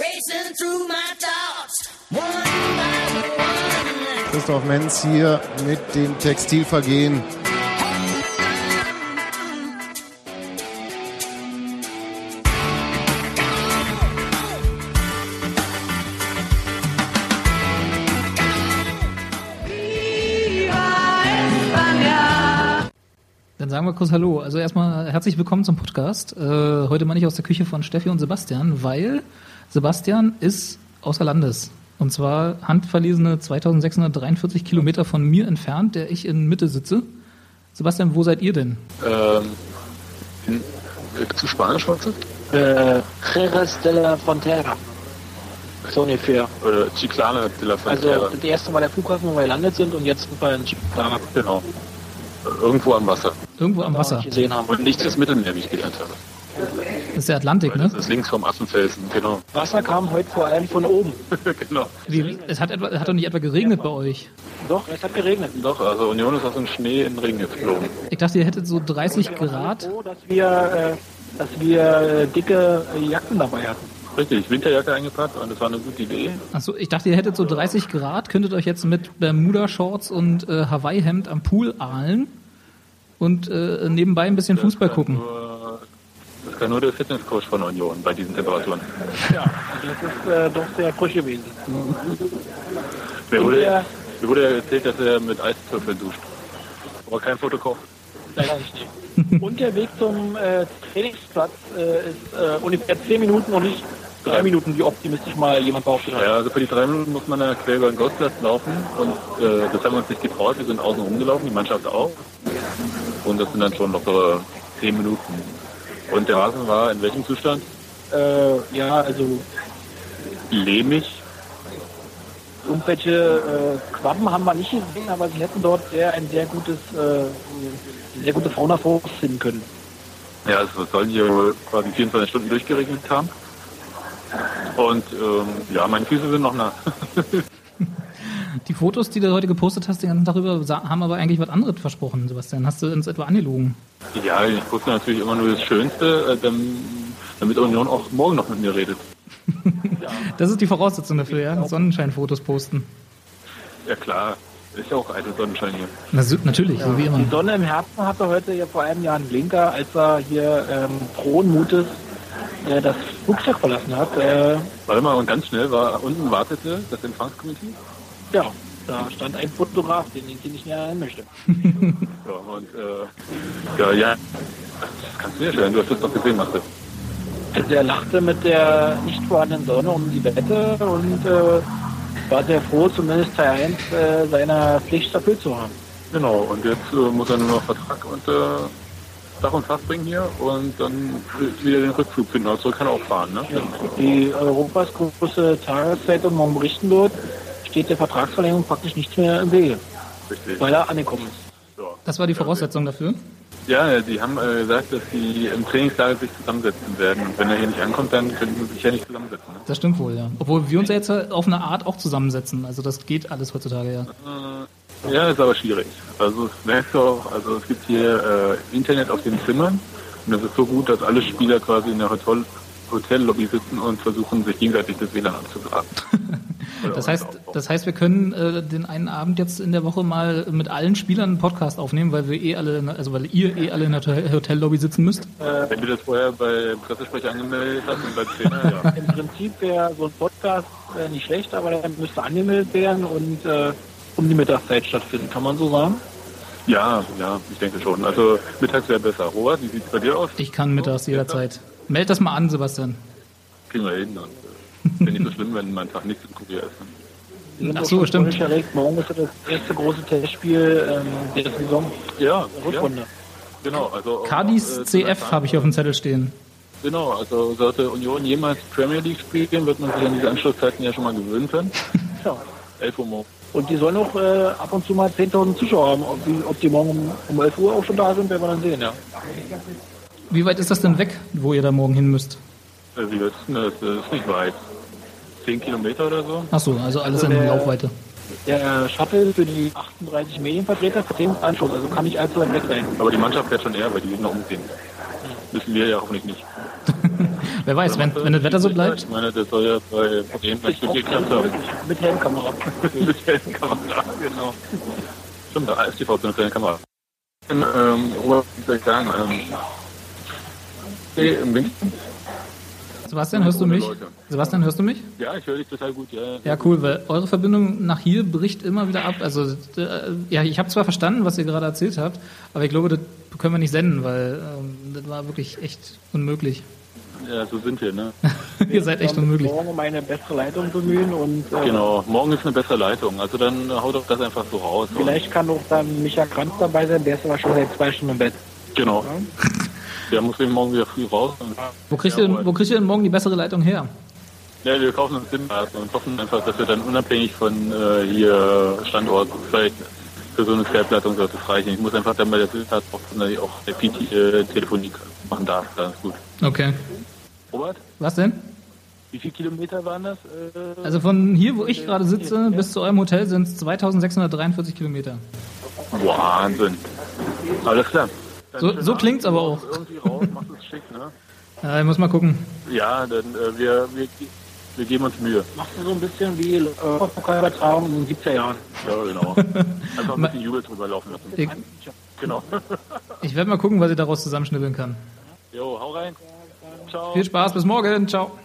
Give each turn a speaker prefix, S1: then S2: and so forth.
S1: Listen through my thoughts, one by one.
S2: Christoph Menz hier mit dem Textilvergehen.
S3: Dann sagen wir kurz Hallo. Also erstmal herzlich willkommen zum Podcast. Äh, heute mal nicht aus der Küche von Steffi und Sebastian, weil Sebastian ist außer Landes. Und zwar handverlesene 2643 Kilometer von mir entfernt, der ich in Mitte sitze. Sebastian, wo seid ihr denn?
S4: Ähm, in, äh, zu Spanisch meinst du?
S5: Äh, Jerez de la Frontera. So ungefähr.
S4: Oder Chiclana de la
S5: Also
S4: Frontera.
S5: das erste Mal der Flughafen, wo wir gelandet sind und jetzt sind wir in Chiclana,
S4: genau. Äh, Irgendwo am Wasser.
S3: Irgendwo am
S5: was
S3: Wasser.
S5: wir nicht gesehen haben.
S4: Und nicht das Mittelmeer, wie ich gelernt habe.
S3: Das ist der Atlantik,
S4: Weil
S3: ne?
S4: Das ist links vom Affenfelsen, genau.
S5: Wasser kam heute vor allem von oben.
S4: genau.
S3: Wie, es hat, etwa, hat doch nicht etwa geregnet bei euch.
S5: Doch, es hat geregnet.
S4: Doch, also Union ist aus dem Schnee in den Regen geflogen.
S3: Ich dachte, ihr hättet so 30 Grad.
S5: So, dass wir, äh, dass wir äh, dicke äh, Jacken dabei hatten.
S4: Richtig, Winterjacke eingepackt und das war eine gute Idee.
S3: Achso, ich dachte, ihr hättet so 30 Grad, könntet euch jetzt mit Bermuda-Shorts und äh, Hawaii-Hemd am Pool ahlen und äh, nebenbei ein bisschen Fußball gucken.
S4: genau. Nur, das kann nur der Fitnesscoach von Union bei diesen Temperaturen.
S5: Ja, also das ist äh, doch sehr frisch gewesen.
S4: Mir wurde,
S5: Ja.
S4: mir wurde ja erzählt, dass er mit Eiswürfeln duscht. Aber kein Fotokoch.
S5: Leider nicht. Und der Weg zum äh, Trainingsplatz äh, ist äh, ungefähr 10 Minuten und nicht 3 Minuten, wie optimistisch mal jemand behauptet hat.
S4: Ja, also für die drei Minuten muss man nach Quellberg Gosplatz laufen und äh, das haben wir uns nicht getraut. Wir sind außen rumgelaufen, die Mannschaft auch. Und das sind dann schon lockere zehn Minuten. Und der Rasen war in welchem Zustand?
S5: Äh, ja, also
S4: Lehmig.
S5: irgendwelche äh, Quappen haben wir nicht gesehen, aber sie hätten dort sehr ein sehr gutes, äh, eine sehr gute Fauna vor uns finden können.
S4: Ja, also es soll hier wohl quasi 24 Stunden durchgeregnet haben. Und ähm, ja, meine Füße sind noch nass.
S3: Die Fotos, die du heute gepostet hast, den ganzen Tag über, sa- haben aber eigentlich was anderes versprochen, Sebastian. Hast du uns etwa angelogen?
S4: ja, ich gucke natürlich immer nur das Schönste, äh, dam- damit Union auch morgen noch mit mir redet.
S3: Das ist die Voraussetzung dafür, ja? Sonnenscheinfotos posten.
S4: Ja klar, ist ja auch eitel Sonnenschein hier.
S3: Na, so- natürlich, so wie immer.
S5: Die Sonne im Herzen hatte heute ja vor einem Jahr einen Blinker, als er hier ähm, frohen Mutes äh, das Flugzeug verlassen hat. Äh,
S4: Warte mal, und ganz schnell war unten wartete das Empfangskomitee.
S5: ja, da stand ein Fotograf, den ich hier nicht näher rein möchte.
S4: Ja, und äh, ja, ja, das kannst du dir stellen, du hast das doch gesehen, Matze.
S5: Also er lachte mit der nicht vorhandenen Sonne um die Wette und äh, war sehr froh, zumindest Teil 1 äh, seiner Pflicht erfüllt zu haben.
S4: Genau, und jetzt äh, muss er nur noch Vertrag und äh, Dach und Fass bringen hier und dann wieder den Rückflug finden. Also kann er auch fahren, ne?
S5: Die Europas große Tageszeitung morgen berichten wird, steht der Vertragsverlängerung praktisch nichts mehr im Wege,
S4: Richtig.
S5: weil er angekommen ist.
S4: Ja.
S3: Das war die Voraussetzung dafür.
S4: Ja, die haben äh, gesagt, dass die im Trainingslager sich zusammensetzen werden. Und wenn er hier nicht ankommt, dann könnten sie sich ja nicht zusammensetzen. Ne?
S3: Das stimmt wohl, ja. Obwohl wir uns ja jetzt äh, auf eine Art auch zusammensetzen. Also das geht alles heutzutage, ja.
S4: Ja, ist aber schwierig. Also das merkst du auch, also es gibt hier äh, Internet auf den Zimmern und das ist so gut, dass alle Spieler quasi in der Hotel Hotellobby sitzen und versuchen, sich gegenseitig das WLAN abzugraben. Oder
S3: Das
S4: uns
S3: heißt,
S4: auch.
S3: das heißt, wir können äh, den einen Abend jetzt in der Woche mal mit allen Spielern einen Podcast aufnehmen, weil wir eh alle, in- also weil ihr eh alle in der Hotel- Hotellobby sitzen müsst.
S4: wenn du das vorher bei Pressesprecher angemeldet hast und beim Trainer, ja.
S5: Im Prinzip wäre so ein Podcast äh, nicht schlecht, aber der müsste angemeldet werden und äh, um die Mittagszeit stattfinden, kann man so sagen.
S4: ja, ja, ich denke schon. Also mittags wäre besser. Robert, wie sieht's bei dir aus?
S3: Ich kann mittags jederzeit. Meld das mal an, Sebastian.
S4: Kriegen wir hin. Und, äh, wäre nicht so schlimm, wenn man Tag nichts im Kurier ist. ne?
S5: Wir sind
S3: Ach
S5: auch
S3: so,
S5: schon
S3: stimmt.
S5: fröhlich Erregt. Morgen ist ja das erste große Testspiel ähm, der Saison,
S4: Ja,
S5: der
S4: ja,
S5: Rückrunde.
S4: genau. Also,
S3: Cardis CF habe ich auf dem Zettel stehen.
S4: Genau, also sollte Union jemals Premier League spielen, wird man sich an diese Anschlusszeiten ja schon mal gewöhnen können.
S5: Ja.
S4: 11 Uhr morgens.
S5: Und die sollen auch äh, ab und zu mal 10.000 Zuschauer haben. Ob die, ob die morgen um, um 11 Uhr auch schon da sind, werden wir dann sehen, ja.
S3: Wie weit ist das denn weg, wo ihr da morgen hin müsst?
S4: Äh, Wie wird's denn? Das ist nicht weit. 10 Kilometer oder so.
S3: Achso, also alles in Laufweite.
S5: Der Shuttle für die 38 Medienvertreter für den Anschluss, also kann nicht allzu weit weg sein.
S4: Aber die Mannschaft fährt schon eher, weil die sind noch umziehen. Wissen wir ja hoffentlich nicht.
S3: Wer weiß, Also wenn, wenn das Wetter so bleibt.
S4: Ich meine, das soll ja bei dem
S5: Ich
S4: ganz gut
S5: auch
S4: geklappt
S5: keine
S4: haben.
S5: Möglichkeit. Mit Helmkamera.
S4: Mit Helmkamera, genau. Stimmt, da ist die Frau mit Helmkamera. Ähm, Robert, wie soll ich sagen, ähm, nee, im Winkel?
S3: Sebastian, hörst du mich? Sebastian, hörst du mich?
S4: Ja, ich höre dich total gut, ja.
S3: Ja, cool, weil eure Verbindung nach hier bricht immer wieder ab. Also, äh, ja, ich habe zwar verstanden, was ihr gerade erzählt habt, aber ich glaube, das können wir nicht senden, weil ähm, das war wirklich echt unmöglich.
S4: ja, so sind wir, ne?
S3: ihr seid echt
S5: Ich werde
S3: unmöglich.
S5: morgen um eine bessere Leitung bemühen und äh,
S4: Genau, morgen ist eine bessere Leitung, also dann haut doch das einfach so raus. Und-
S5: vielleicht kann auch dann Micha Kranz dabei sein, der ist aber schon seit zwei Stunden im Bett.
S4: Genau. Der muss eben morgen wieder früh raus. Und,
S3: Wo kriegt, ihr denn, wo kriegt ihr denn morgen die bessere Leitung her?
S4: ja, wir kaufen uns Simrad und hoffen einfach, dass wir dann unabhängig von äh, hier Standort vielleicht für so eine Skype-Leitung sollte es reichen. Ich muss einfach dann bei der Simrad hoffen, dass ich auch der PT äh, Telefonie machen darf. Dann ist gut.
S3: Okay.
S4: Robert,
S3: Was denn?
S4: wie viele Kilometer waren das? Äh,
S3: Also von hier, wo ich gerade sitze, bis zu eurem Hotel sind es 2643 Kilometer.
S4: Wahnsinn. Alles klar. Dann
S3: So-
S4: schönen
S3: so
S4: Abend.
S3: klingt's aber auch.
S4: Irgendwie raus, machst es schick, ne?
S3: Äh, ich muss mal gucken.
S4: Ja, dann äh, wir, wir, wir geben uns Mühe.
S5: Machst du so ein bisschen wie äh, Pokalübertragung in den 70er Jahren.
S4: Ja, genau. Einfach ein bisschen Jubel drüber laufen lassen.
S3: Ich,
S4: Genau.
S3: ich werde mal gucken, was ich daraus zusammenschnibbeln kann.
S4: Jo, hau rein. Ciao.
S3: Viel Spaß, bis morgen. Ciao.